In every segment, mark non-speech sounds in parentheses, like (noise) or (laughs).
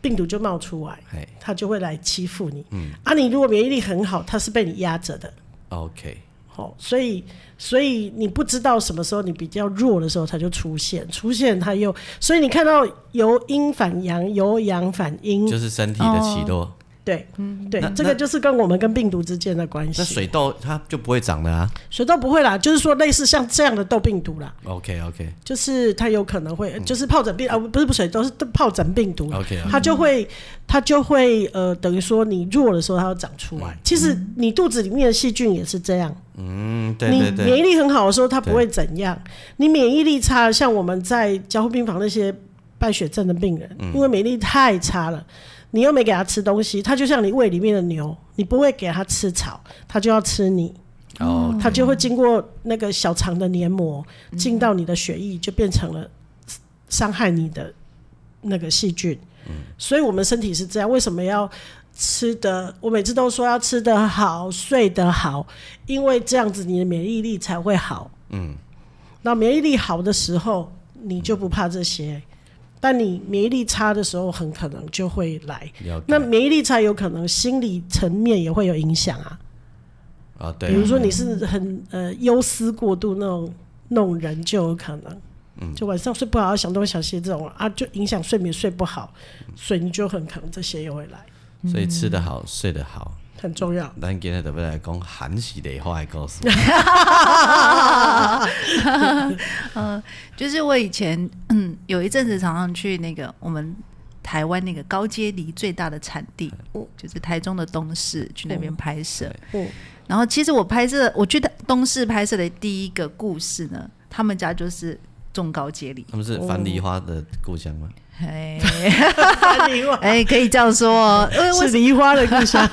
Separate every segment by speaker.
Speaker 1: 病毒就冒出来。
Speaker 2: 哎
Speaker 1: 他就会来欺负你。啊，你如果免疫力很好，他是被你压着的。
Speaker 2: ，OK，
Speaker 1: 哦，所以所以你不知道什么时候你比较弱的时候，它就出现，出现它又，所以你看到由阴反阳，由阳反阴，
Speaker 2: 就是身体的起落，
Speaker 1: 对对
Speaker 2: 那，
Speaker 1: 这个
Speaker 2: 那
Speaker 1: 就是跟我们跟病毒之间的关
Speaker 2: 那
Speaker 1: 系。
Speaker 2: 水痘它就不会长的啊
Speaker 1: 水痘不会啦，就是说类似像这样的痘病毒啦，
Speaker 2: ，OK OK
Speaker 1: 就是它有可能
Speaker 2: 嗯
Speaker 1: 会，就是疱疹病啊，不是不是水痘，是疱疹病毒啦
Speaker 2: OK，
Speaker 1: 它就会，它就会呃，等于说你弱的时候，它要长出来。其实你肚子里面的细菌也是这样，
Speaker 2: 嗯，对对
Speaker 1: 你免
Speaker 2: 对，
Speaker 1: 疫力很好的时候，它不会怎样。你免疫力差，像我们在交护病房那些败血症的病人，
Speaker 2: 嗯
Speaker 1: 因为免疫力太差了，你又没给他吃东西，他就像你胃里面的牛，你不会给他吃草，他就要吃你，
Speaker 2: 哦，
Speaker 1: 他就会经过那个小肠的黏膜，进到你的血液，就变成了伤害你的那个细菌。
Speaker 2: 嗯
Speaker 1: 所以我们身体是这样，为什么要吃的？我每次都说要吃得好，睡得好，因为这样子你的免疫力才会好。嗯，那免疫力好的时候，你就不怕这些。但你免疫力差的时候，很可能就会来。
Speaker 2: 了解
Speaker 1: 那免疫力差有可能心理层面也会有影响啊。
Speaker 2: 啊，对啊，
Speaker 1: 比如说你是很呃忧思过度那种那种人，就有可能，
Speaker 2: 嗯
Speaker 1: 就晚上睡不好，想东想西这种啊，就影响睡眠，睡不好，所以你就很可能这些也会来，
Speaker 2: 所以吃得好，睡得好，
Speaker 1: 很重要。
Speaker 2: 咱今日就要来讲韩系的话的故事。
Speaker 3: 就是我以前嗯有一阵子常常去那个我们台湾那个高阶梨最大的产地，就是台中的东市，去那边拍摄。
Speaker 1: 嗯， (laughs)
Speaker 3: 然后其实我拍摄，我去东市拍摄的第一个故事呢，他们家就是种高阶
Speaker 1: (laughs)
Speaker 3: 梨，
Speaker 2: 他们是樊梨花的故乡吗？
Speaker 3: 哎
Speaker 1: 梨花
Speaker 3: 哎，可以这样说哦，因为
Speaker 1: (laughs)
Speaker 3: 我
Speaker 1: 是梨花 (laughs) 的故乡，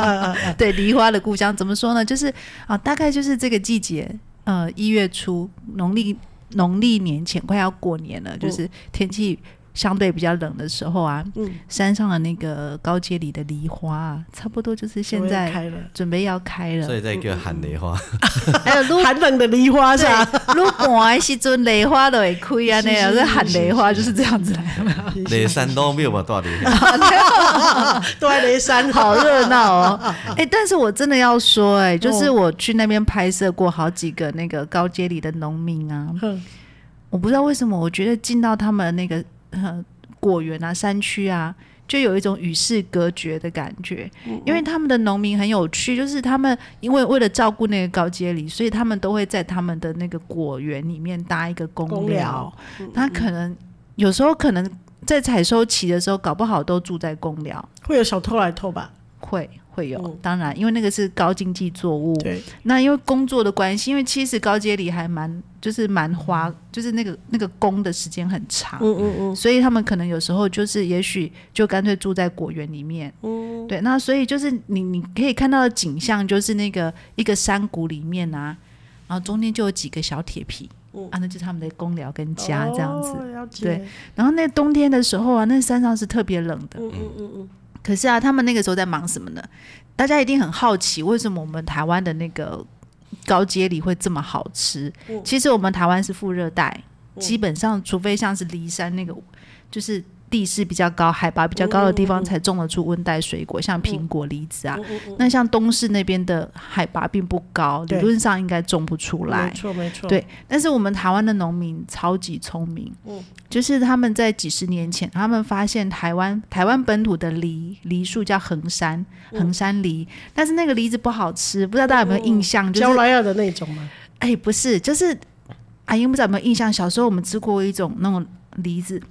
Speaker 3: (laughs) 对梨花的故乡怎么说呢？就是啊，大概就是这个季节，呃，一月初，农历农历年前快要过年了，就是天气相对比较冷的时候啊，
Speaker 1: 嗯
Speaker 3: 山上的那个高阶里的梨花、啊，差不多就是现
Speaker 1: 我也
Speaker 3: 在
Speaker 1: 开了。
Speaker 3: 准备要开
Speaker 2: 所
Speaker 3: 了。
Speaker 2: 以在叫韩梨花。
Speaker 3: 还
Speaker 1: (laughs)
Speaker 3: 有路
Speaker 1: 寒冷的梨花是吧？
Speaker 3: 对路盘的时阵，梨花都会开啊，那样
Speaker 1: 是是
Speaker 3: 这
Speaker 1: 是
Speaker 3: 喊梨花就是这样子来
Speaker 1: (laughs)
Speaker 3: 的。
Speaker 1: 嗯
Speaker 2: 雷山都没有嘛，大梨花。
Speaker 1: 都在雷山
Speaker 3: 好热闹
Speaker 1: (laughs)
Speaker 3: 哦！哎、但是我真的要说、哎，
Speaker 1: 嗯
Speaker 3: 就是我去那边拍摄过好几个那个高阶里的农民啊，
Speaker 1: 哼
Speaker 3: 我不知道为什么，我觉得进到他们那个呃果园啊、山区啊，就有一种与世隔绝的感觉。
Speaker 1: 嗯
Speaker 3: 因为他们的农民很有趣，就是他们因为为了照顾那个高阶里，所以他们都会在他们的那个果园里面搭一个公
Speaker 1: 公
Speaker 3: 寮
Speaker 1: 寮。嗯
Speaker 3: 他可能有时候可能在采收期的时候，搞不好都住在公寮，
Speaker 1: 会有小偷来偷吧？
Speaker 3: 会会有。
Speaker 1: 嗯
Speaker 3: 当然，因为那个是高经济作物，
Speaker 1: 对，
Speaker 3: 那因为工作的关系，因为其实高阶里还蛮就是蛮花，就是那个那个工的时间很长，
Speaker 1: 嗯嗯嗯，
Speaker 3: 所以他们可能有时候就是也许就干脆住在果园里面。嗯，对，那所以就是你你可以看到的景象，就是那个一个山谷里面啊，然后中间就有几个小铁皮。啊，那就是他们的公寮跟家这样子。
Speaker 1: 嗯哦了解。
Speaker 3: 对，然后那冬天的时候啊，那山上是特别冷的。
Speaker 1: 嗯嗯嗯
Speaker 3: 可是啊，他们那个时候在忙什么呢？大家一定很好奇，为什么我们台湾的那个高阶梨会这么好吃？
Speaker 1: 嗯
Speaker 3: 其实我们台湾是副热带，
Speaker 1: 嗯
Speaker 3: 基本上除非像是梨山那个，就是地势比较高、海拔比较高的地
Speaker 1: 嗯嗯
Speaker 3: 方，
Speaker 1: 嗯
Speaker 3: 才种得出温带水果，像苹果、梨子啊。
Speaker 1: 嗯嗯嗯
Speaker 3: 那像东市那边的海拔并不高，理
Speaker 1: 对
Speaker 3: 论上应该种不出
Speaker 1: 嗯，
Speaker 3: 来
Speaker 1: 没。错没错。
Speaker 3: 对，但是我们台湾的农民超级聪明，
Speaker 1: 嗯
Speaker 3: 就是他们在几十年前，他们发现台湾台湾本土的梨梨树叫衡山
Speaker 1: 嗯
Speaker 3: 衡山梨，但是那个梨子不好吃，不知道大家有没有印象？就
Speaker 1: 娇
Speaker 3: 是
Speaker 1: 莱亚的那种嘛，
Speaker 3: 哎，不是，就是阿英不知道有没有印象，小时候我们吃过一种那种梨子，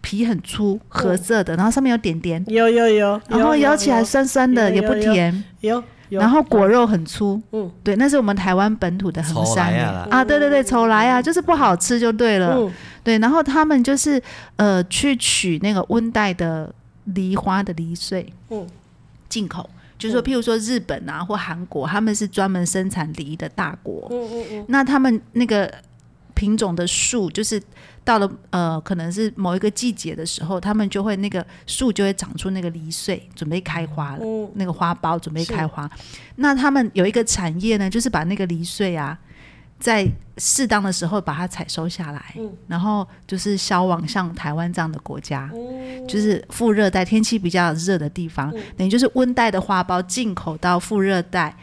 Speaker 3: 皮很粗，褐色的，然后上面有点点，
Speaker 1: 有有哦有，
Speaker 3: 然后咬起来酸酸的，
Speaker 1: 有
Speaker 3: 也不
Speaker 1: 有有
Speaker 3: 甜，
Speaker 1: 有有，
Speaker 3: 然后果肉很粗，
Speaker 1: 嗯
Speaker 3: 对，那是我们台湾本土的衡
Speaker 2: 丑
Speaker 3: 山
Speaker 2: 来
Speaker 3: 梨
Speaker 2: 啊啦
Speaker 3: 啊，对对对，丑来啊，就是不好吃就对了。
Speaker 1: 嗯
Speaker 3: 对，然后他们就是呃去取那个温带的梨花的梨穗
Speaker 1: 嗯
Speaker 3: 进口，就是说，譬如说日本啊或韩国，他们是专门生产梨的大国。
Speaker 1: 嗯嗯嗯，
Speaker 3: 那他们那个品种的树，就是到了呃，可能是某一个季节的时候，他们就会那个树就会长出那个梨穗，准备开花了，
Speaker 1: 嗯
Speaker 3: 那个花苞准备开花。那他们有一个产业呢，就是把那个梨穗啊，在适当的时候把它采收下来，
Speaker 1: 嗯
Speaker 3: 然后就是销往像台湾这样的国家。
Speaker 1: 嗯
Speaker 3: 就是副热带天气比较热的地方，等于就是温带的花苞进口到副热带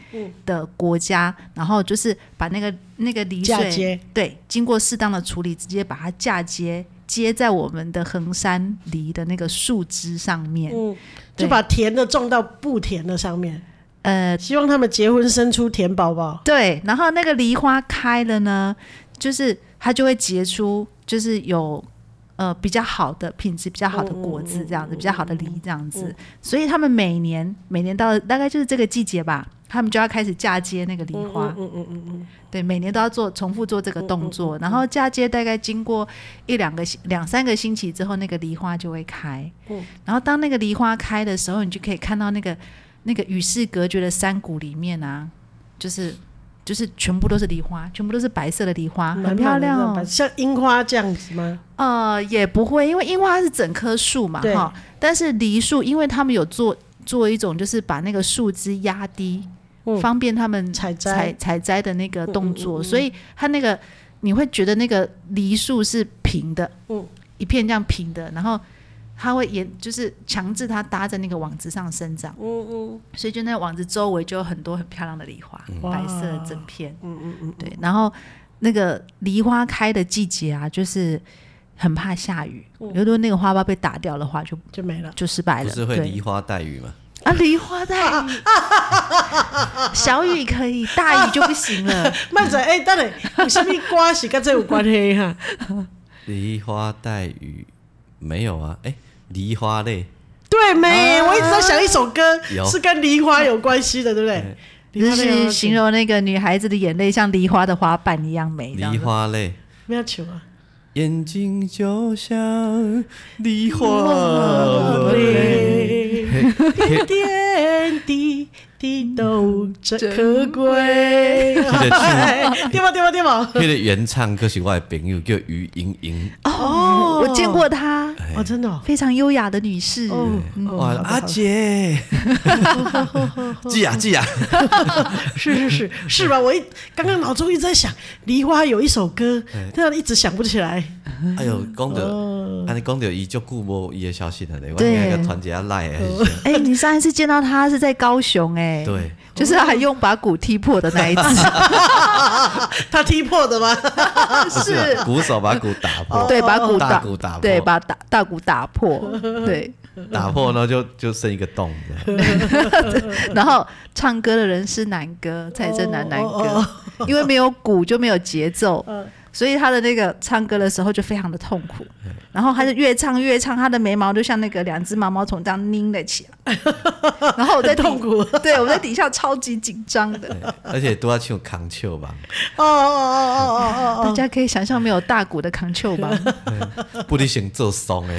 Speaker 3: 的国家，然后就是把那个那个梨
Speaker 1: 嫁
Speaker 3: 穗
Speaker 1: 接
Speaker 3: 对，经过适当的处理，直接把它嫁接接在我们的衡山梨的那个树枝上面。
Speaker 1: 嗯，
Speaker 3: 对
Speaker 1: 就把甜的种到不甜的上面，
Speaker 3: 呃，
Speaker 1: 希望他们结婚生出甜宝宝。
Speaker 3: 对，然后那个梨花开了呢，就是它就会结出，就是有呃比较好的品质、比较好的果
Speaker 1: 嗯
Speaker 3: 子这样子，比较好的梨这样子。所以他们每年每年到大概就是这个季节吧，他们就要开始嫁接那个梨花。
Speaker 1: 嗯嗯嗯嗯
Speaker 3: 对，每年都要做重复做这个动作，然后嫁接大概经过一两个星两三个星期之后，那个梨花就会开。
Speaker 1: 嗯
Speaker 3: 然后当那个梨花开的时候，你就可以看到那个那个与世隔绝的山谷里面啊，就是就是全部都是梨花，全部都是白色的梨花，
Speaker 1: 嗯，
Speaker 3: 啊很漂亮
Speaker 1: 满满的那种白
Speaker 3: 哦。
Speaker 1: 像樱花这样子吗？
Speaker 3: 呃，也不会，因为樱花是整棵树嘛，
Speaker 1: 对
Speaker 3: 哈。但是梨树，因为他们有做做一种，就是把那个树枝压低，
Speaker 1: 嗯
Speaker 3: 方便他们
Speaker 1: 采摘，
Speaker 3: 采采摘的那个动作，
Speaker 1: 嗯嗯嗯嗯
Speaker 3: 所以它那个你会觉得那个梨树是平的，
Speaker 1: 嗯
Speaker 3: 一片这样平的，然后它会沿就是强制它搭在那个网子上生长，
Speaker 1: 嗯
Speaker 3: 所以就那个网子周围就有很多很漂亮的梨花，白色的整片，
Speaker 1: 嗯嗯嗯
Speaker 3: 对，然后那个梨花开的季节啊，就是很怕下雨，
Speaker 1: 嗯
Speaker 3: 如果那个花苞被打掉的话就，就
Speaker 1: 就没了。
Speaker 3: 失败
Speaker 2: 不
Speaker 3: 了，
Speaker 2: 是会
Speaker 3: 对
Speaker 2: 梨花带雨吗？
Speaker 3: 啊，梨花带雨，小雨可以，大雨就不行了。
Speaker 1: (laughs) 慢着，哎，等下，有什么瓜是跟这有关系哈？ (laughs)
Speaker 2: 梨花带雨没有啊？哎，梨花泪，
Speaker 1: 对没？我一直在想一首歌
Speaker 2: 有
Speaker 1: 是跟梨花有关系的，对不对？啊梨
Speaker 3: (laughs) 就
Speaker 1: 花
Speaker 3: 是形
Speaker 1: 容
Speaker 3: 容那个女孩子的眼泪像梨花的花瓣一样美，这样
Speaker 2: 梨
Speaker 3: 子
Speaker 2: 花泪，
Speaker 1: 不要求啊。
Speaker 2: 眼睛就像梨呃花泪。
Speaker 1: 哦点点滴滴都真可贵。对吧？对吧？对吧？
Speaker 2: 那个原唱歌是我的朋友叫于莹莹，
Speaker 3: 哦，我见过她，
Speaker 1: 哦，真的哦。
Speaker 3: 非常优雅的女士。
Speaker 1: 哦
Speaker 2: 哎嗯哇，啊
Speaker 1: 哦，
Speaker 2: 阿姐， (laughs) 记啊记啊，
Speaker 1: 是是是是吧？我一刚刚脑中一直在想，梨花有一首歌，但一直想不起来。
Speaker 2: 哎呦，
Speaker 3: 嗯
Speaker 2: 讲到，安尼讲到伊足久无伊的消息了嘞，我
Speaker 3: 哦对哦
Speaker 2: (laughs) 应该个团结啊赖的，
Speaker 3: 哎，你上一次见到她是在高雄，对，
Speaker 2: 对，
Speaker 3: 就是他还用把鼓踢破的那一 (laughs) 次，
Speaker 1: 他踢破的吗？ (laughs)
Speaker 2: 是
Speaker 3: (laughs)
Speaker 2: 啊鼓手把鼓打破，
Speaker 3: 对，把哦鼓
Speaker 2: 大
Speaker 3: 打，
Speaker 2: 鼓打破，
Speaker 3: 对，把打大鼓打破，对，
Speaker 2: 打破，然后就就剩一个洞
Speaker 3: (laughs)
Speaker 2: 这样。
Speaker 1: (laughs)
Speaker 3: 然后唱歌的人是男歌，蔡振南男
Speaker 1: 哦
Speaker 3: 歌，因为没有鼓就没有节奏
Speaker 1: 嗯，
Speaker 3: 所以他的那个唱歌的时候就非常的痛苦。然后他就越唱越唱，他的眉毛就像那个两只毛毛虫这样拧了起
Speaker 1: (laughs)
Speaker 3: 来。然后我在
Speaker 1: 很
Speaker 3: 底
Speaker 1: 痛苦。嗯
Speaker 3: 对我在底下超级紧张的，
Speaker 2: 对而且啊都要去扛球吧，
Speaker 1: 哦哦哦哦哦
Speaker 3: 大家可以想象没有大鼓的 control 吧？
Speaker 2: 不离行做松
Speaker 3: (laughs)
Speaker 2: 哎，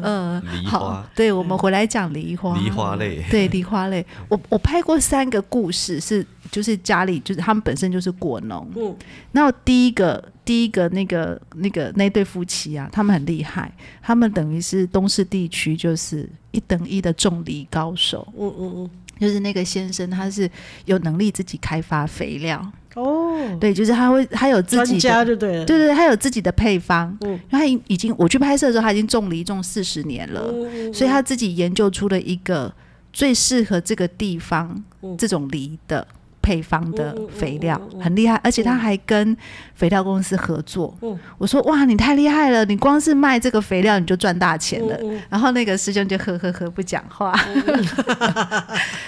Speaker 3: 嗯，
Speaker 2: 梨
Speaker 3: 好
Speaker 2: 花，
Speaker 3: 对，
Speaker 1: 嗯
Speaker 3: 我们回来讲梨花，
Speaker 2: 梨花泪
Speaker 3: 对，梨花泪。我我拍过三个故事，是就是家里就是他们本身就是果农，
Speaker 1: 嗯
Speaker 3: 然后第一个第一个那个那个那对夫妻啊，他们很厉害，他们等于是东市地区就是一等一的种梨高手，
Speaker 1: 哦，嗯嗯
Speaker 3: 就是那个先生他是有能力自己开发肥料，
Speaker 1: 嗯，哦，
Speaker 3: 对，就是他会他有自己
Speaker 1: 专家
Speaker 3: 的
Speaker 1: 就对了，
Speaker 3: 对对对，他有自己的配方。
Speaker 1: 嗯
Speaker 3: 嗯，他已已经我去拍摄的时候，他已经种梨种四十年
Speaker 1: 哦
Speaker 3: 了，
Speaker 1: 嗯
Speaker 3: 所以他自己研究出了一个最适合这个地方、
Speaker 1: 嗯
Speaker 3: 这种梨的配方的肥料，
Speaker 1: 嗯嗯嗯嗯嗯
Speaker 3: 很厉害。而且他还跟肥料公司合作。
Speaker 1: 嗯
Speaker 3: 我说哇，你太厉害了！你光是卖这个肥料你就赚大钱了。
Speaker 1: 嗯嗯嗯
Speaker 3: 然后那个师兄就呵呵呵不讲话。 (laughs)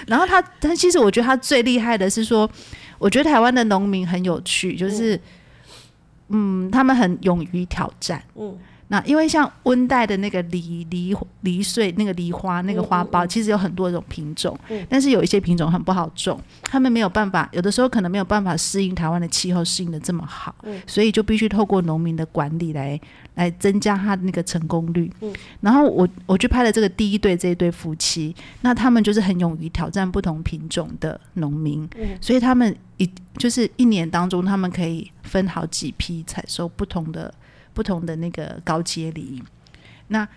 Speaker 3: 然后他他其实我觉得他最厉害的是说，我觉得台湾的农民很有趣，就是嗯，他们很勇于挑战。
Speaker 1: 嗯
Speaker 3: 那因为像温带的那个梨梨梨穗那个梨花那个花苞，其实有很多种品种，
Speaker 1: 嗯
Speaker 3: 但是有一些品种很不好种，他们没有办法，有的时候可能没有办法适应台湾的气候，适应的这么好，
Speaker 1: 嗯
Speaker 3: 所以就必须透过农民的管理来来增加它那个成功率。
Speaker 1: 嗯
Speaker 3: 然后我我去拍了这个第一对这一对夫妻，那他们就是很勇于挑战不同品种的农民，
Speaker 1: 嗯
Speaker 3: 所以他们一就是一年当中，他们可以分好几批采收不同的不同的那个高阶梨。那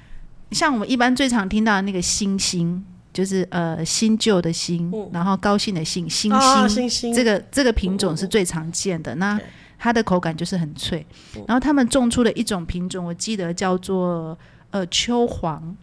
Speaker 3: 像我们一般最常听到的那个星星，就是呃新旧的新，
Speaker 1: 嗯
Speaker 3: 然后高兴的兴，星
Speaker 1: 啊，星
Speaker 3: 星
Speaker 1: 星
Speaker 3: 这个这个品种是最常见的，
Speaker 1: 哦
Speaker 3: 那它的口感就是很脆。然后他们种出了一种品种，我记得叫做呃秋黄，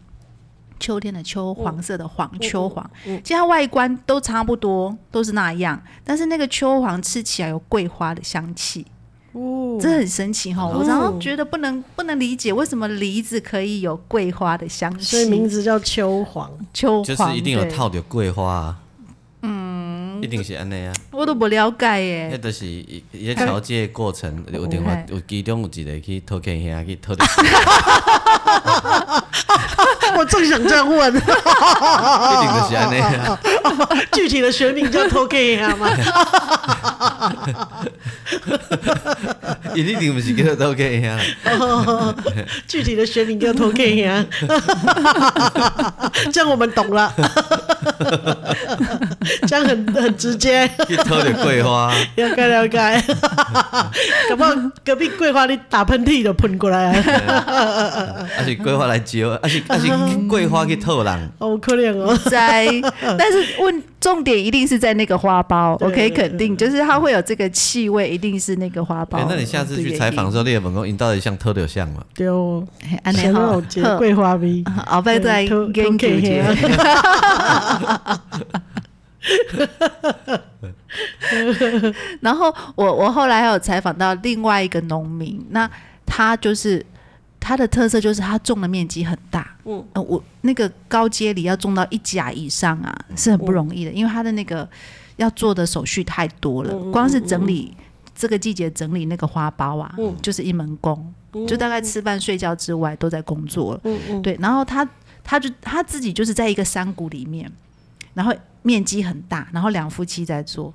Speaker 3: 秋天的秋，
Speaker 1: 哦
Speaker 3: 黄色的黄，秋黄。其实它外观都差不多，都是那样，但是那个秋黄吃起来有桂花的香气，
Speaker 1: 哦，
Speaker 3: 这很神奇哈、
Speaker 1: 哦
Speaker 3: 我常常觉得不能不能理解为什么梨子可以有桂花的香气，
Speaker 1: 所以名字叫秋黄，
Speaker 3: 秋黄
Speaker 2: 就是一定有
Speaker 3: 对
Speaker 2: 套着桂花啊，嗯，一定是安尼啊，
Speaker 3: 我都不了解
Speaker 1: 哎
Speaker 3: 耶
Speaker 2: 迄。就是伊伊咧调解的过程，有另外有其中有一个去偷看兄去
Speaker 1: (laughs)
Speaker 2: 偷，一
Speaker 1: 我正想这样问， (laughs)
Speaker 2: 定就是安尼啊，
Speaker 1: 具体的学名叫 t o k 啊
Speaker 3: (laughs)
Speaker 1: 吗？
Speaker 2: 伊一定毋是叫偷看兄啦，
Speaker 1: 哦具体的学名叫 t o k 啊， (laughs) 这样我们懂了， (laughs) 这样很很直接。
Speaker 2: (laughs) 去偷着桂花
Speaker 1: (laughs)
Speaker 2: 啊，
Speaker 1: 了解了
Speaker 3: (laughs)
Speaker 1: 解，搞不好隔壁桂花你打喷嚏就喷过来啊，
Speaker 2: 啊是桂花来招，啊是啊是桂花去
Speaker 1: (laughs)
Speaker 2: 偷人，
Speaker 1: 好可怜哦。
Speaker 3: 在， (laughs) 但是问重点一定是在那个花苞，
Speaker 1: 对
Speaker 3: 我可以
Speaker 1: 对
Speaker 3: 肯定，就是它会有这个气味，一定是那个花苞
Speaker 1: 哦
Speaker 3: 的
Speaker 2: 哎
Speaker 3: 原因。，
Speaker 2: 那你下次去采访的时候，你也问讲因到底像偷着像嘛？
Speaker 1: 对哦，
Speaker 3: 嘿，安内
Speaker 1: 想让
Speaker 3: 好
Speaker 1: 我，接桂花味。
Speaker 3: 鳌哦拜在
Speaker 1: 对偷
Speaker 3: 研究
Speaker 1: 偷
Speaker 3: 一
Speaker 1: 给
Speaker 3: 下。 (laughs) 然后我我后来还有采访到另外一个农民，那他就是他的特色就是他种的面积很大，
Speaker 1: 嗯
Speaker 3: 嗯，呃、我那个高阶里要种到一甲以上啊是很不容易的，因为他的那个要做的手续太多了，光是整理。这个季节整理那个花苞啊，就是一门功，就大概吃饭睡觉之外都在工作了。
Speaker 1: 嗯嗯，
Speaker 3: 对，然后他他就他自己就是在一个山谷里面，然后面积很大，然后两夫妻在做，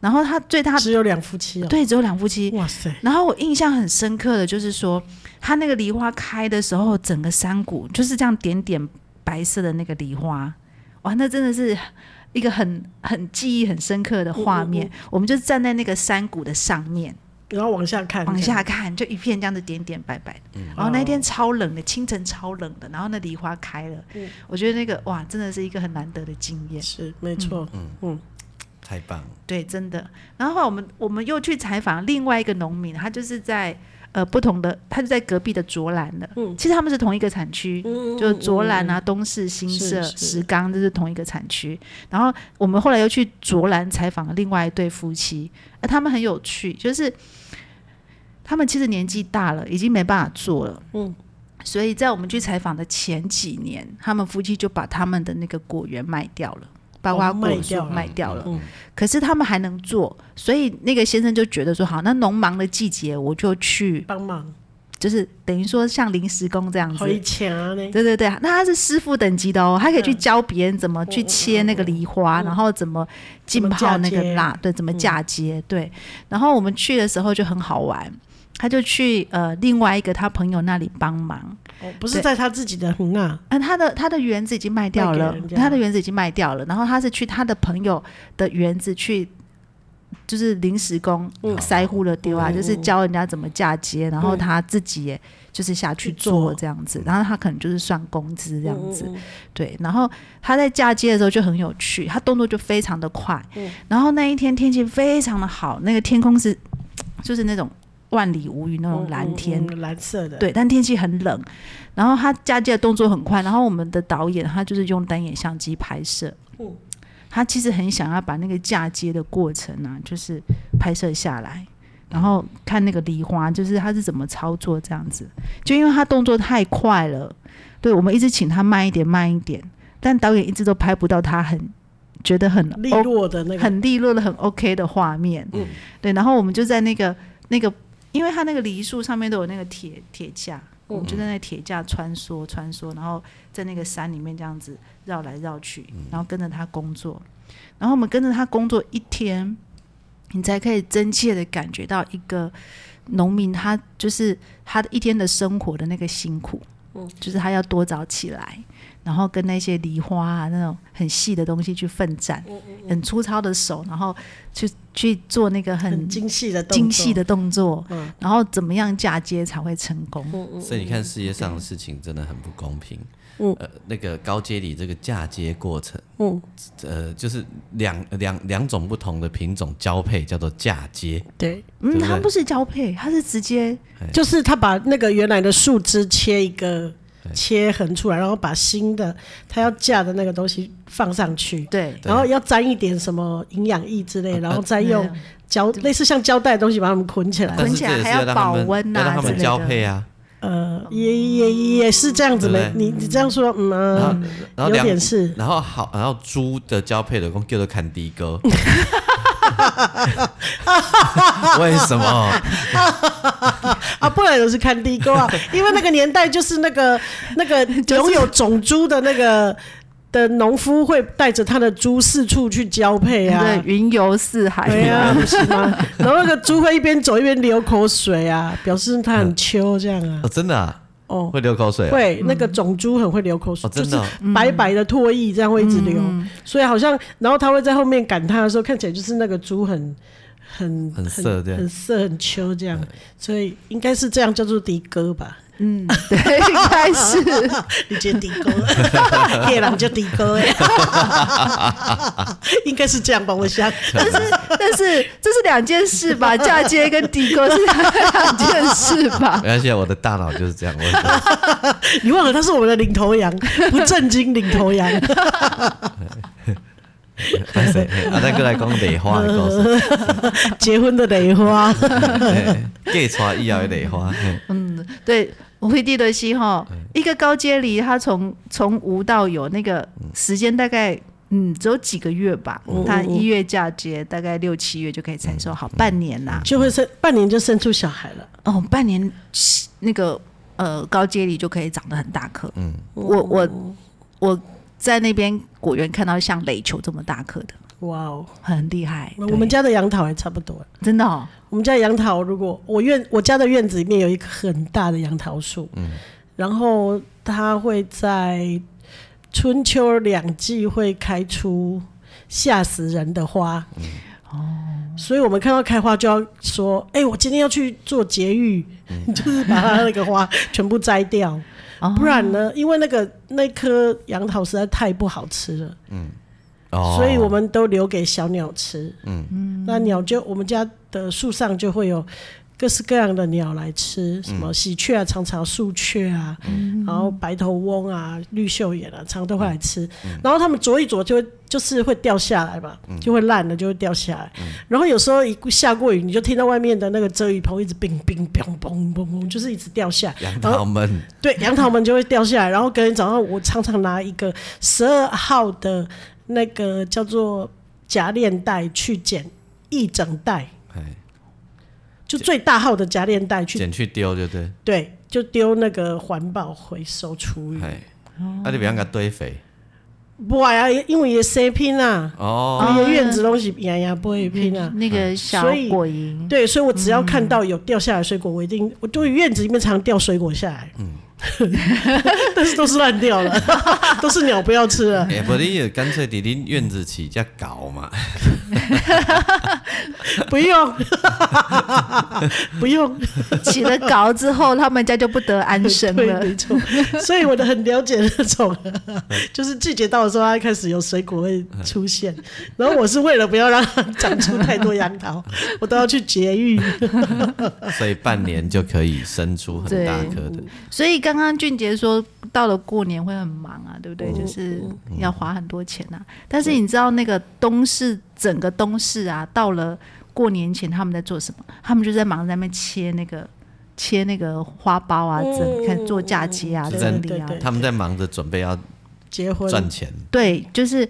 Speaker 3: 然后他最
Speaker 1: (laughs)
Speaker 3: 大
Speaker 1: 只有两夫妻哦。
Speaker 3: 啊对只有两夫妻。
Speaker 1: 哇塞，
Speaker 3: 然后我印象很深刻的就是说，他那个梨花开的时候，整个山谷就是这样点点白色的那个梨花，哇，那真的是一个很很记忆很深刻的画面。我们就站在那个山谷的上面，
Speaker 1: 然后往下看，
Speaker 3: 往下看，就一片这样的点点白白的。然后那天超冷的，清晨超冷的，然后那梨花开了，
Speaker 1: 嗯
Speaker 3: 我觉得那个哇，真的是一个很难得的经验，
Speaker 1: 是没错，
Speaker 3: 嗯
Speaker 1: 嗯
Speaker 2: 太棒了，
Speaker 3: 对，真的。然后后来我们我们又去采访另外一个农民，他就是在呃不同的，它就在隔壁的卓兰了。嗯，其实他们是同一个产区，
Speaker 1: 嗯
Speaker 3: 就是卓兰啊、东市、新社、
Speaker 1: 是是
Speaker 3: 石冈，这是同一个产区。然后我们后来又去卓兰采访了另外一对夫妻，呃，他们很有趣，就是他们其实年纪大了，已经没办法做了。
Speaker 1: 嗯。
Speaker 3: 所以在我们去采访的前几年，他们夫妻就把他们的那个果园卖掉了，包括
Speaker 1: 哦卖
Speaker 3: 果树
Speaker 1: 掉了
Speaker 3: 卖掉了。
Speaker 1: 嗯
Speaker 3: 可是他们还能做，所以那个先生就觉得说，好，那农忙的季节我就去，
Speaker 1: 帮忙
Speaker 3: 就是等于说像临时工这样子。
Speaker 1: 回墙呢，
Speaker 3: 对对对，那他是师傅等级的哦，他可
Speaker 1: 嗯
Speaker 3: 以去教别人怎么去切那个梨花，然后怎么浸泡那
Speaker 1: 怎
Speaker 3: 个
Speaker 1: 么嫁嗯
Speaker 3: 蜡，对，怎么嫁接，对。然后我们去的时候就很好玩，他就去呃另外一个他朋友那里帮忙，
Speaker 1: 哦不是
Speaker 3: 对
Speaker 1: 在他自己的横啊，
Speaker 3: 啊，他的他的园子已经卖掉
Speaker 1: 卖给
Speaker 3: 了
Speaker 1: 人，家
Speaker 3: 他的园子已经卖掉了，然后他是去他的朋友的园子去，就是临时工
Speaker 1: 嗯
Speaker 3: 塞呼了丢啊，
Speaker 1: 嗯
Speaker 3: 就是教人家怎么嫁接，然后他自己也就是下去
Speaker 1: 去做
Speaker 3: 做这样子，然后他可能就是算工资这样子，
Speaker 1: 嗯，嗯嗯
Speaker 3: 对，然后他在嫁接的时候就很有趣，他动作就非常的快，
Speaker 1: 嗯
Speaker 3: 然后那一天天气非常的好，那个天空是就是那种万里无云那种蓝天，
Speaker 1: 嗯嗯嗯蓝色的，，
Speaker 3: 对，但天气很冷，然后他嫁接的动作很快，然后我们的导演他就是用单眼相机拍摄，
Speaker 1: 嗯
Speaker 3: 他其实很想要把那个嫁接的过程啊，就是拍摄下来，然后看那个梨花，就是他是怎么操作这样子，就因为他动作太快了，对我们一直请他慢一点，慢一点，但导演一直都拍不到他很觉得很
Speaker 1: 利
Speaker 3: OK-
Speaker 1: 落的那个，
Speaker 3: 很利落的、很 OK 的画面。
Speaker 2: 嗯
Speaker 3: 对。然后我们就在那个那个，因为它那个梨树上面都有那个铁铁架，我们就在那铁架穿梭穿梭，然后在那个山里面这样子绕来绕去，然后跟着他工作。然后我们跟着他工作一天，你才可以真切的感觉到一个农民他就是他一天的生活的那个辛苦。
Speaker 1: 嗯
Speaker 3: 就是他要多早起来，然后跟那些梨花啊那种很细的东西去奋战，
Speaker 1: 嗯
Speaker 3: 很粗糙的手，然后去去做那个
Speaker 1: 很
Speaker 3: 很
Speaker 1: 精细的动作
Speaker 3: 精细，的动作，
Speaker 1: 嗯
Speaker 3: 然后怎么样嫁接才会成功？
Speaker 2: 所以你看，世界上的事情真的很不公平。
Speaker 1: 嗯
Speaker 2: 呃，那个高阶里这个嫁接过程，
Speaker 1: 嗯，
Speaker 2: 呃，就是两两两种不同的品种交配，叫做嫁接。
Speaker 1: 对，
Speaker 2: 对
Speaker 3: 嗯，
Speaker 2: 不对
Speaker 3: 它不是交配，它是直接
Speaker 2: 哎
Speaker 1: 就是他把那个原来的树枝切一个
Speaker 2: 对
Speaker 1: 切痕出来，然后把新的他要架的那个东西放上去，
Speaker 3: 对
Speaker 2: 对啊
Speaker 1: 然后要沾一点什么营养液之类，然后再用
Speaker 3: 嗯
Speaker 1: 胶类似像胶带的东西把它们捆起来。
Speaker 2: 但
Speaker 3: 捆
Speaker 2: 是
Speaker 3: 起
Speaker 2: 这
Speaker 3: 来
Speaker 2: 也是
Speaker 3: 啊还要
Speaker 2: 让他们
Speaker 3: 保温啊
Speaker 2: 要让他
Speaker 3: 之
Speaker 2: 们
Speaker 3: 类
Speaker 2: 交
Speaker 3: 的
Speaker 2: 配啊。
Speaker 1: 呃，也也也是这样子
Speaker 2: 对
Speaker 1: 没
Speaker 2: 不
Speaker 1: 你你这样说，嗯
Speaker 2: 然后
Speaker 1: 啊，
Speaker 2: 然
Speaker 1: 有
Speaker 2: 后两
Speaker 1: 点是
Speaker 2: 然后好，然后猪的交配的公叫做坎迪
Speaker 1: (laughs)
Speaker 2: 哥。为什么？
Speaker 1: 啊，不然就是看地
Speaker 2: (laughs)
Speaker 1: 沟啊，因为那个年代就是那个那
Speaker 3: (laughs)
Speaker 1: 个拥有种猪的那个的农夫会带着他的猪四处去交配啊，
Speaker 3: 对云游四海，
Speaker 1: 对啊，不是吗？然后那个猪会一边走一边流口水啊，表示它很秋这样啊
Speaker 2: 哦，。真的啊
Speaker 1: 哦，
Speaker 2: 会流口水啊。
Speaker 1: 会那个种猪很会流口水，
Speaker 2: 哦
Speaker 1: 就
Speaker 2: 真
Speaker 1: 是
Speaker 2: 的哦
Speaker 1: 白白的唾液这样会一直流，所以好像，然后它会在后面赶它的时候，看起来就是那个猪很很
Speaker 2: 很色这样
Speaker 1: 很色很秋这样，所以应该是这样叫做的哥吧？ (laughs)
Speaker 3: 嗯， (laughs) 对，应该是。
Speaker 1: 你觉得的哥，
Speaker 2: (laughs)
Speaker 1: 夜郎叫的哥哎， (laughs) 应该是这样吧？我想，
Speaker 3: 但是 (laughs) 但是这是两件事吧，嫁接跟地沟是两件事吧？
Speaker 2: (laughs) 没关系啊，我的大脑就是这样。我
Speaker 1: 你忘了他是我们的领头羊，不正经领头羊。
Speaker 2: 拍谁？阿蛋哥来讲梨花的
Speaker 1: (laughs)
Speaker 2: 故事
Speaker 1: 结婚的雷花，
Speaker 2: 嘿，gay 传以后的梨花。嘿
Speaker 3: 嗯，对，我会地的西哈，一个高阶离，它从从无到有，那个时间大概嗯只有几个月吧
Speaker 1: 嗯，
Speaker 3: 它一月嫁接，大概六七月就可以采收好，半年呐、
Speaker 1: 就会生半年就生出小孩了。
Speaker 3: 哦，半年那个呃高阶梨就可以长得很大颗。嗯，我我我在那边果园看到像垒球这么大颗的，
Speaker 1: 哇哦，
Speaker 3: 很厉害。
Speaker 1: 我们
Speaker 3: 对
Speaker 1: 家的杨桃也差不多。欸
Speaker 3: 真的哦，
Speaker 1: 我们家杨桃，如果我院我家的院子里面有一棵很大的杨桃树，然后它会在春秋两季会开出吓死人的花。哦，所以我们看到开花就要说：“哎、我今天要去做节育， (laughs) 就是把它那个花全部摘掉。”
Speaker 3: 哦
Speaker 1: 不然呢？因为那个那颗杨桃实在太不好吃了，(laughs)
Speaker 2: 哦
Speaker 1: 所以我们都留给小鸟吃。嗯，那鸟就我们家的树上就会有各式各样的鸟来吃，什么喜鹊啊、长长树雀啊，然后白头翁啊、绿袖眼啊，常常都会来吃。然后它们啄一啄就会就是会掉下来嘛，就会烂了，就会掉下来。然后有时候一下过雨，你就听到外面的那个遮雨棚一直冰冰砰砰砰砰，就是一直掉下来。
Speaker 2: 杨
Speaker 1: 然后
Speaker 2: 桃们
Speaker 1: 对，杨桃们就会掉下来。然后隔天早上，我常常拿一个十二号的那个叫做夹链带去剪一整袋，
Speaker 2: 哎，
Speaker 1: 就最大号的夹链带去，
Speaker 2: 捡去丢就对，
Speaker 1: 对，就丢那个环保回收厨余。
Speaker 2: 哎，
Speaker 1: 哦
Speaker 2: 啊你不要给它堆肥
Speaker 1: 不啊，因为也生拼啊，
Speaker 2: 哦，嗯
Speaker 1: 你的院子东西哎呀呀不会拼啊。
Speaker 3: 那个小
Speaker 1: 所以
Speaker 3: 果蝇，
Speaker 1: 对，所以我只要看到有掉下来的水果，我一定，我就院子里面常掉水果下来，嗯， (laughs) 但是都是烂掉了， (laughs) 都是鸟不要吃了。
Speaker 2: 哎，不你也干脆伫恁院子起只搞嘛，
Speaker 1: (laughs) 不
Speaker 3: (laughs)
Speaker 1: 用，不用，
Speaker 3: 起了稿之后，他们家就不得安生
Speaker 1: (laughs) 对，
Speaker 3: 了。
Speaker 1: 没错。所以我的很了解那种， (laughs) 就是季节到的时候，它开始有水果会出现。然后我是为了不要让它长出太多杨
Speaker 3: (laughs)
Speaker 1: 桃，我都要去节育。 (laughs)
Speaker 2: 所以半年就可以生出很大颗的，
Speaker 3: 所以刚刚俊杰说，到了过年会很忙啊，对不对？
Speaker 1: 哦
Speaker 3: 就是
Speaker 1: 嗯
Speaker 3: 要花很多钱啊。但是你知道那个东市整个东市啊，到了过年前他们在做什么？他们就在忙在那边切那个切那个花苞啊，
Speaker 1: 嗯
Speaker 3: 整看做嫁接啊，
Speaker 2: 嗯嗯嗯
Speaker 3: 整理啊
Speaker 1: 对对，对
Speaker 2: 他们在忙着准备要
Speaker 1: 结婚，
Speaker 2: 赚钱，
Speaker 3: 对，就是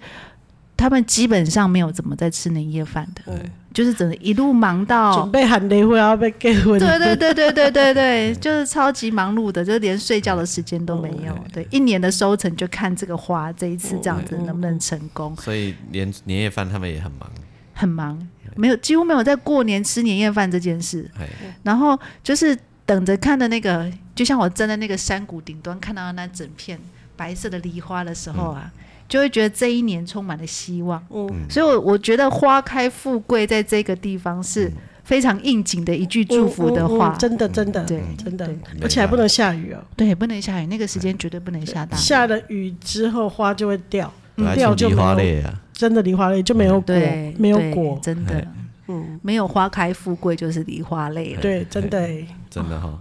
Speaker 3: 他们基本上没有怎么在吃年夜饭的，就是整个一路忙到
Speaker 1: 准。备喊离婚要被结婚。
Speaker 3: (laughs) 对对对对对对 (laughs) 对，就是超级忙碌的，就是连睡觉的时间都没有。对，哦一年的收成就看这个花这一次这样子能不能成
Speaker 1: 嗯
Speaker 3: 功，
Speaker 2: 所以连年夜饭他们也很忙，
Speaker 3: 很忙，没有几乎没有在过年吃年夜饭这件事。
Speaker 2: 哎，
Speaker 1: 嗯
Speaker 3: 然后就是等着看的那个，就像我站在那个山谷顶端看到那整片白色的梨花的时候啊，就会觉得这一年充满了希望。
Speaker 1: 嗯
Speaker 3: 所以我我觉得“花开富贵”在这个地方是非常应景的一句祝福的话。
Speaker 1: 嗯嗯嗯真的真的
Speaker 3: 对
Speaker 1: 真的
Speaker 3: 对，
Speaker 1: 而且还不能下雨哦，
Speaker 3: 对，不能下雨，那个时间绝对不能下大雨。嗯
Speaker 1: 下了雨之后花就会掉，
Speaker 2: 还
Speaker 1: 掉
Speaker 2: 是
Speaker 1: 就
Speaker 2: 梨花
Speaker 1: 没有，
Speaker 2: 类啊，
Speaker 1: 真的梨花泪就没有果
Speaker 3: 对，，
Speaker 1: 没有
Speaker 3: 对
Speaker 1: 果，
Speaker 3: 真的
Speaker 2: 哎，
Speaker 1: 嗯，
Speaker 3: 没有花开富贵就是梨花泪了。
Speaker 1: 对，真的欸。
Speaker 2: 真的哈，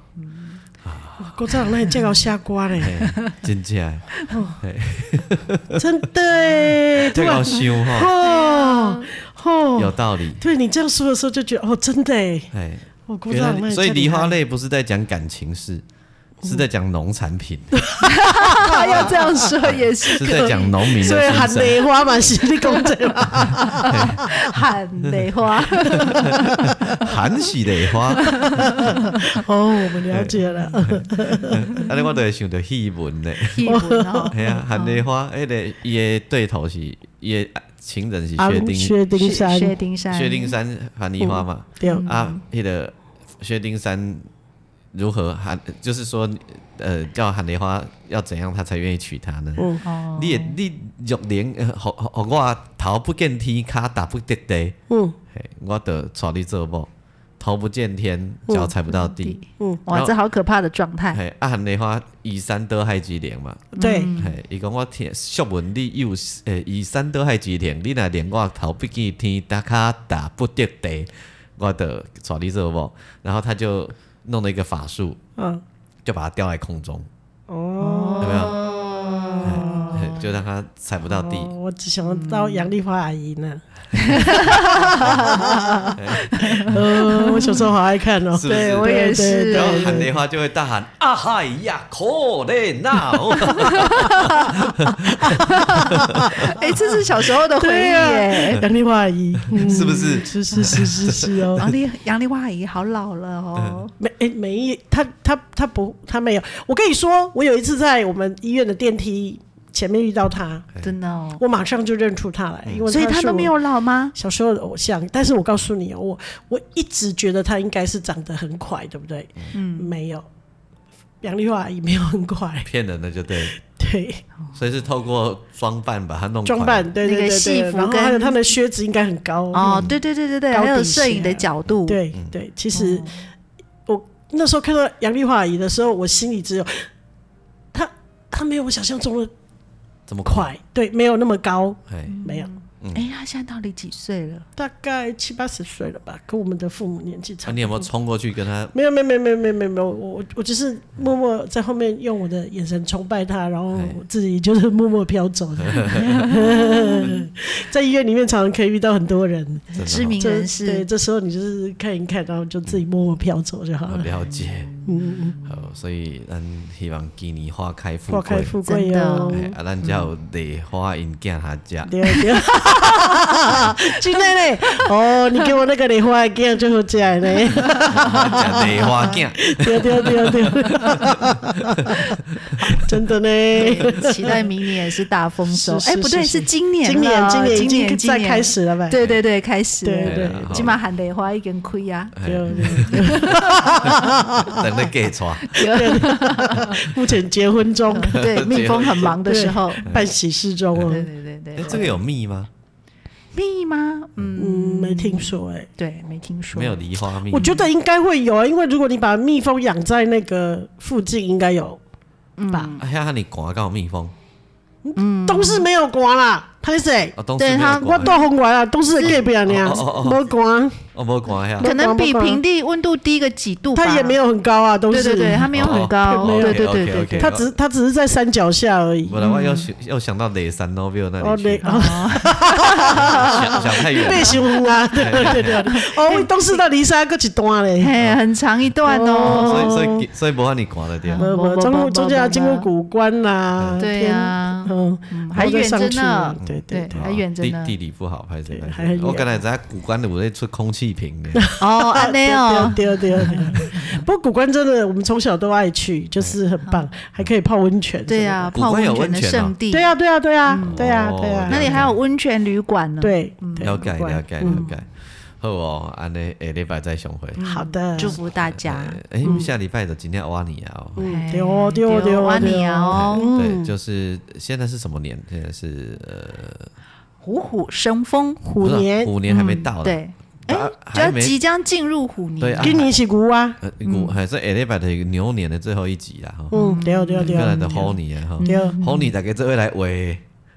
Speaker 1: 郭站长，那你见到下瓜嘞？
Speaker 2: 哎真假，
Speaker 1: 真的哎，突
Speaker 2: 这
Speaker 1: 然
Speaker 2: 个修哈，
Speaker 1: (laughs) 哦
Speaker 2: 啊有
Speaker 1: 哦，(laughs)
Speaker 2: 道理，
Speaker 1: 对你这样说的时候就觉得哦，真的哎，
Speaker 2: 哎。
Speaker 1: 我鼓
Speaker 2: 原
Speaker 1: 掌
Speaker 2: 来，
Speaker 1: 哎
Speaker 2: 所以
Speaker 1: 真
Speaker 2: 梨
Speaker 1: 厉害
Speaker 2: 花类不是在讲感情事，是在讲农产品，
Speaker 3: (laughs)
Speaker 1: 嗯
Speaker 3: 要这样说也是
Speaker 2: (laughs) 是在讲农民
Speaker 1: (laughs)
Speaker 2: 的
Speaker 1: 所以
Speaker 2: 心
Speaker 1: 喊
Speaker 2: 声。
Speaker 1: 梅花嘛，是你讲这嘛，
Speaker 2: (laughs)
Speaker 3: 喊梅花。
Speaker 2: 含喜的花，
Speaker 1: (laughs)
Speaker 2: 啊，
Speaker 1: 哦，我们了解了，
Speaker 2: 你我都会想到戏文
Speaker 1: (laughs)
Speaker 2: 嘞。
Speaker 3: 屁股，然后
Speaker 2: 哎呀，含的花，迄个伊的对头是伊的情人是
Speaker 1: 啊
Speaker 2: 薛，丁
Speaker 1: 薛丁山，
Speaker 3: 薛丁嗯山，
Speaker 2: 薛丁山含梨花嘛？
Speaker 1: 对，
Speaker 2: 啊，迄个薛丁山如何含？就是说，呃，叫含梨花要怎样他才愿意娶她呢？
Speaker 1: 嗯，
Speaker 3: 哦，
Speaker 2: 你的你玉玲，呃互互互我头不见天，骹踏不得地。
Speaker 1: 嗯，
Speaker 2: 嘿，我得娶你做某，头不见天，脚踩不到地。
Speaker 1: 嗯
Speaker 3: 哇，这好可怕的状态。
Speaker 2: 嘿，啊，含梨花移山倒海之灵嘛。
Speaker 1: 对，
Speaker 3: 嗯
Speaker 2: 嘿，伊讲我听俗文你有诶移山倒海之灵，你若连我头不见天，打卡打不得地，我得娶你做某。然后他就弄了一个法术，
Speaker 1: 嗯，
Speaker 2: 就把它吊在空中，
Speaker 1: 哦，
Speaker 2: 有没有？嘿嘿就让它踩不到地。
Speaker 1: 哦我只想到杨丽花阿姨呢。 (laughs) 呃，我小时候好爱看哦，
Speaker 2: 嗯是不是
Speaker 1: 对
Speaker 2: 我
Speaker 3: 也是
Speaker 1: 对对
Speaker 2: 然后
Speaker 1: 对
Speaker 2: 喊的话就会大喊 (laughs) 啊嗨呀，可怜呐！
Speaker 3: 哎，这是小时候 (laughs) 的回忆
Speaker 1: 啊
Speaker 3: 耶。
Speaker 1: 杨丽花阿
Speaker 3: (laughs)
Speaker 1: 姨，嗯
Speaker 2: 是不是
Speaker 1: 是是是是是哦，
Speaker 3: 杨丽杨丽花阿姨好老了哦，
Speaker 1: 没诶没一他他他不他没有。我跟你说，我有一次在我们医院的电梯前面遇到他，
Speaker 3: 真的哦。嗯
Speaker 1: 我马上就认出他来，因为
Speaker 3: 所以她
Speaker 1: 是
Speaker 3: 都没
Speaker 1: 我
Speaker 3: 有老吗？
Speaker 1: 小时候的偶像。但是我告诉你哦，我我一直觉得他应该是长得很快，对不对？嗯，没有，杨丽华也没有很快，
Speaker 2: (laughs) 骗人的就对了，
Speaker 1: 对，
Speaker 2: 所以是透过装扮把它弄
Speaker 1: 装
Speaker 2: 快
Speaker 1: 扮，对
Speaker 3: 那
Speaker 1: 对
Speaker 3: 个
Speaker 1: 对
Speaker 3: 戏
Speaker 1: 对，
Speaker 3: 服
Speaker 1: 然后还有
Speaker 3: 跟
Speaker 1: 他的靴子应该很高
Speaker 3: 哦，对对对对对，
Speaker 1: 高
Speaker 3: 还有
Speaker 1: 底鞋
Speaker 3: 摄影的角度，哦
Speaker 1: 对对，其实
Speaker 3: 嗯
Speaker 1: 我那时候看到杨丽华阿姨的时候，我心里只有她，她没有我想象中的
Speaker 2: 这么快，
Speaker 1: 快，对，没有那么高，
Speaker 2: 哎，
Speaker 1: 没有，
Speaker 3: 哎、他现在到底几岁了？
Speaker 1: 大概七八十岁了吧，跟我们的父母年纪差不多。
Speaker 2: 那你有没有冲过去跟他？
Speaker 1: 没有没有没有没有没有没有没有，我我我只是默默在后面用我的眼神崇拜他，然后
Speaker 2: 哎
Speaker 1: 我自己就是默默飘走。在医院里面常常可以遇到很多人，
Speaker 2: 真的哦
Speaker 3: 知名
Speaker 1: 这
Speaker 3: 人
Speaker 1: 对，
Speaker 3: 士，
Speaker 1: 这时候你就是看一看，然后就自己默默飘走就好
Speaker 2: 我
Speaker 1: 了。
Speaker 2: 啊了解，嗯，好，所以咱希望今年花开富
Speaker 1: 花开
Speaker 2: 贵，
Speaker 1: 富贵嗯
Speaker 3: 真的
Speaker 1: 哟
Speaker 3: 哦，
Speaker 2: 哎啊，咱才有梨花因囝下食。
Speaker 1: 对对，真的嘞！哦，你给我那个莲花镜最好吃的呢，
Speaker 2: (laughs) 食梨花囝，
Speaker 1: 对对对对，真的呢。
Speaker 3: 对期待明年也是大丰收。
Speaker 1: 是
Speaker 3: 哎、
Speaker 1: 是
Speaker 3: 不对，
Speaker 1: 是是
Speaker 3: 是今年了，
Speaker 1: 今年今年已
Speaker 3: 今
Speaker 1: 经
Speaker 3: 年
Speaker 1: 在开，始了呗？
Speaker 3: 今年对对对，开始了，
Speaker 1: (laughs) 对对
Speaker 2: 对
Speaker 3: 起码喊得花一根亏呀，
Speaker 1: 对对对，
Speaker 2: 等你嫁娶，
Speaker 1: (laughs) 目前结婚
Speaker 3: (laughs)
Speaker 1: 中，
Speaker 3: 对，蜜蜂很忙的时候，
Speaker 1: 办喜事中
Speaker 3: 对
Speaker 1: 哦，
Speaker 3: 对对对
Speaker 2: 哎，这个有蜜吗？
Speaker 3: 蜜吗？嗯，
Speaker 1: 嗯，没听说哎。
Speaker 3: 对，没听说，
Speaker 2: 没有梨花蜜，
Speaker 1: 我觉得应该会有啊，因为如果你把蜜蜂养在那个附近，应该有吧？
Speaker 2: 啊，遐你赶到蜜蜂，
Speaker 1: 东市没有刮啦，拍谁？
Speaker 2: 啊，当
Speaker 3: 对
Speaker 2: 时没
Speaker 3: 他
Speaker 2: 有
Speaker 1: 我
Speaker 2: 赶，
Speaker 1: 都红完了，都是给别人呀
Speaker 2: 哦哦哦，哦
Speaker 1: 没刮，
Speaker 2: 我无赶
Speaker 1: 嗯
Speaker 2: 遐，
Speaker 3: 可能比平地温度低个几度吧，
Speaker 1: 它也没有很高啊，都
Speaker 3: 对
Speaker 1: 是。
Speaker 3: 对对，它没有很高，
Speaker 1: 哦没有
Speaker 3: 对对对对
Speaker 2: OK，OK，OK
Speaker 3: 对。
Speaker 1: 它只它只是在山脚下而已。
Speaker 2: 本来我要想要想到雷山 Novio 那
Speaker 1: 哦，
Speaker 2: 里
Speaker 1: 对
Speaker 2: 去，
Speaker 1: 啊，
Speaker 2: 想
Speaker 1: (laughs)
Speaker 2: 想太远
Speaker 1: 被
Speaker 2: 了，
Speaker 1: 形容
Speaker 2: (laughs)
Speaker 1: 啊，对对对对。哦，东市到离山各一段嘞，
Speaker 3: 嘿，很长一段哦。
Speaker 2: 所以所以所以无法你赶得掉。
Speaker 1: 没有没有中中间要经过古关啦，
Speaker 3: 对呀
Speaker 1: 天，嗯，
Speaker 3: 嗯
Speaker 1: 然
Speaker 3: 还
Speaker 1: 后再
Speaker 3: 远
Speaker 1: 上
Speaker 3: 着
Speaker 1: 去
Speaker 3: 呢，，
Speaker 2: 嗯
Speaker 1: 对对
Speaker 3: 对
Speaker 1: 对。
Speaker 3: 还远着
Speaker 2: 地
Speaker 3: 呢
Speaker 2: 地理不好，拍谁
Speaker 1: 对？还很远
Speaker 2: 我刚才在古关的，我在出空气瓶呢。
Speaker 3: 哦，安内哦，
Speaker 1: 对对对对。
Speaker 2: (laughs)
Speaker 1: 不过古关真的，我们从小都爱去，就是很棒，
Speaker 2: 嗯
Speaker 1: 还可以泡温泉。
Speaker 3: 对啊嗯呀，
Speaker 2: 古
Speaker 3: 泡
Speaker 2: 关有
Speaker 3: 温泉的
Speaker 2: 温泉哦
Speaker 3: 圣地，
Speaker 1: 对啊呀，对呀，对呀，对呀，
Speaker 2: 哦
Speaker 1: 对呀。
Speaker 3: 那里还有温泉旅馆呢。，
Speaker 1: 对，对
Speaker 2: 了解
Speaker 1: 古
Speaker 2: 嗯
Speaker 1: 关
Speaker 2: 了解了解，好哦，安尼下礼拜再相会。
Speaker 1: 好的，
Speaker 3: 祝福大家。
Speaker 2: 哎，下礼拜的今天挖你啊！哦
Speaker 1: 嗯，对哦，对哦，对
Speaker 3: 对
Speaker 1: 哦，
Speaker 3: 哇
Speaker 1: 对
Speaker 3: 你
Speaker 1: 哦。
Speaker 3: 哦，
Speaker 2: 对，就是现在是什么年？现在是呃，
Speaker 3: 虎虎生风，
Speaker 1: 虎年嗯
Speaker 2: 五年还没到呢。
Speaker 3: 对，哎
Speaker 2: 啊，
Speaker 3: 就要
Speaker 2: 还没
Speaker 3: 即将进入虎年，
Speaker 2: 对啊
Speaker 1: 跟你一起鼓啊，
Speaker 2: 呃五还是下礼拜的牛年的最后一集啦。哈，
Speaker 1: 嗯，对哦，对哦，对
Speaker 2: 过来
Speaker 1: 哦，
Speaker 2: 的 h o n 啊，哈
Speaker 1: 对哦。
Speaker 2: h o n 大家这位来喂。